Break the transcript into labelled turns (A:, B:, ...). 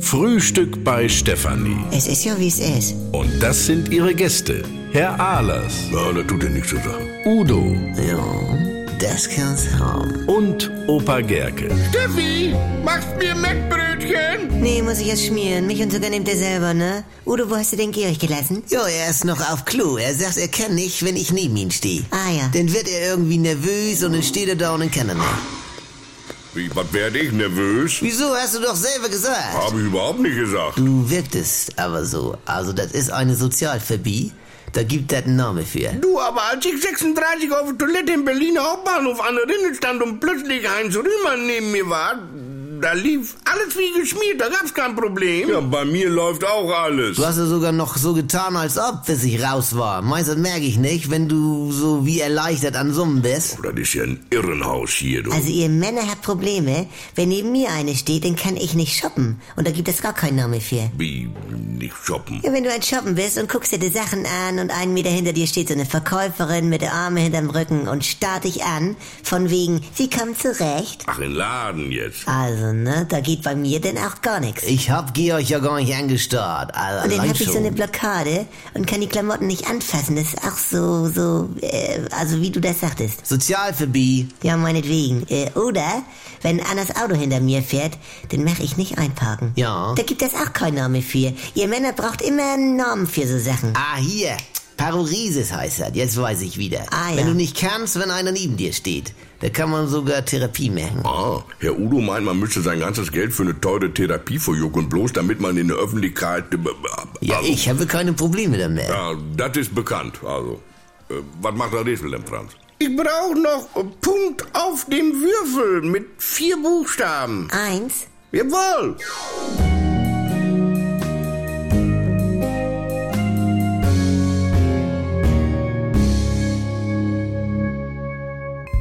A: Frühstück bei Stefanie.
B: Es ist ja, wie es ist.
A: Und das sind ihre Gäste. Herr Ahlers,
C: Ja, da tut er nichts zu sagen.
A: Udo
B: Ja, das kann's haben.
A: und Opa Gerke.
D: Steffi, machst mir Mettbrötchen?
B: Nee, muss ich jetzt schmieren. Mich und sogar nimmt er selber, ne? Udo, wo hast du den gierig gelassen?
E: Jo, Oh, er ist noch auf Klo. Er sagt, er kann nicht, wenn ich neben ihm stehe.
B: Ah, ja.
E: Dann wird er irgendwie nervös und dann steht er da und dann kann er nicht.
C: Wie, was werde ich nervös?
E: Wieso hast du doch selber gesagt?
C: Habe ich überhaupt nicht gesagt.
E: Du wirktest aber so. Also, das ist eine Sozialphobie. Da gibt das einen Namen für.
D: Du, aber als ich 36 auf der Toilette im Berliner Hauptbahnhof an der Rinne stand und plötzlich Heinz Rühmann neben mir war, da lief alles wie geschmiert, da gab's kein Problem.
C: Ja, bei mir läuft auch alles.
E: Du hast ja sogar noch so getan, als ob, bis ich raus war. Meinst du, das merke ich nicht, wenn du so wie erleichtert an Summen bist?
C: Oh, das ist ja ein Irrenhaus hier, du.
B: Also ihr Männer habt Probleme. Wenn neben mir eine steht, dann kann ich nicht shoppen. Und da gibt es gar keinen Namen für.
C: Wie, nicht shoppen.
B: Ja, wenn du ein Shoppen bist und guckst dir die Sachen an und einen Meter hinter dir steht so eine Verkäuferin mit der Arme hinterm Rücken und starrt dich an, von wegen, sie kommen zurecht.
C: Ach, in Laden jetzt.
B: Also, ne, da geht bei mir denn auch gar nichts.
E: Ich hab Georg ja gar nicht angestarrt. Also,
B: Und dann
E: allein
B: habe ich so
E: schon.
B: eine Blockade und kann die Klamotten nicht anfassen. Das ist auch so, so, äh, also wie du das sagtest.
E: Sozialphobie.
B: Ja, meinetwegen. Äh, oder, wenn Annas Auto hinter mir fährt, dann mache ich nicht einparken.
E: Ja.
B: Da gibt es auch keinen Namen für. Ihr Männer braucht immer einen Namen für so Sachen.
E: Ah, hier. Parorisis heißt das. Jetzt weiß ich wieder.
B: Ah, ja.
E: Wenn du nicht kannst, wenn einer neben dir steht, da kann man sogar Therapie machen.
C: Ah, Herr Udo meint, man müsste sein ganzes Geld für eine teure Therapie verjucken, bloß damit man in der Öffentlichkeit... äh,
E: Ja,
C: Also,
E: ich habe keine Probleme damit.
C: Ja, das ist bekannt, also. Äh, was macht der Rätsel denn, Franz?
D: Ich brauch noch Punkt auf dem Würfel mit vier Buchstaben.
B: Eins.
D: Jawohl.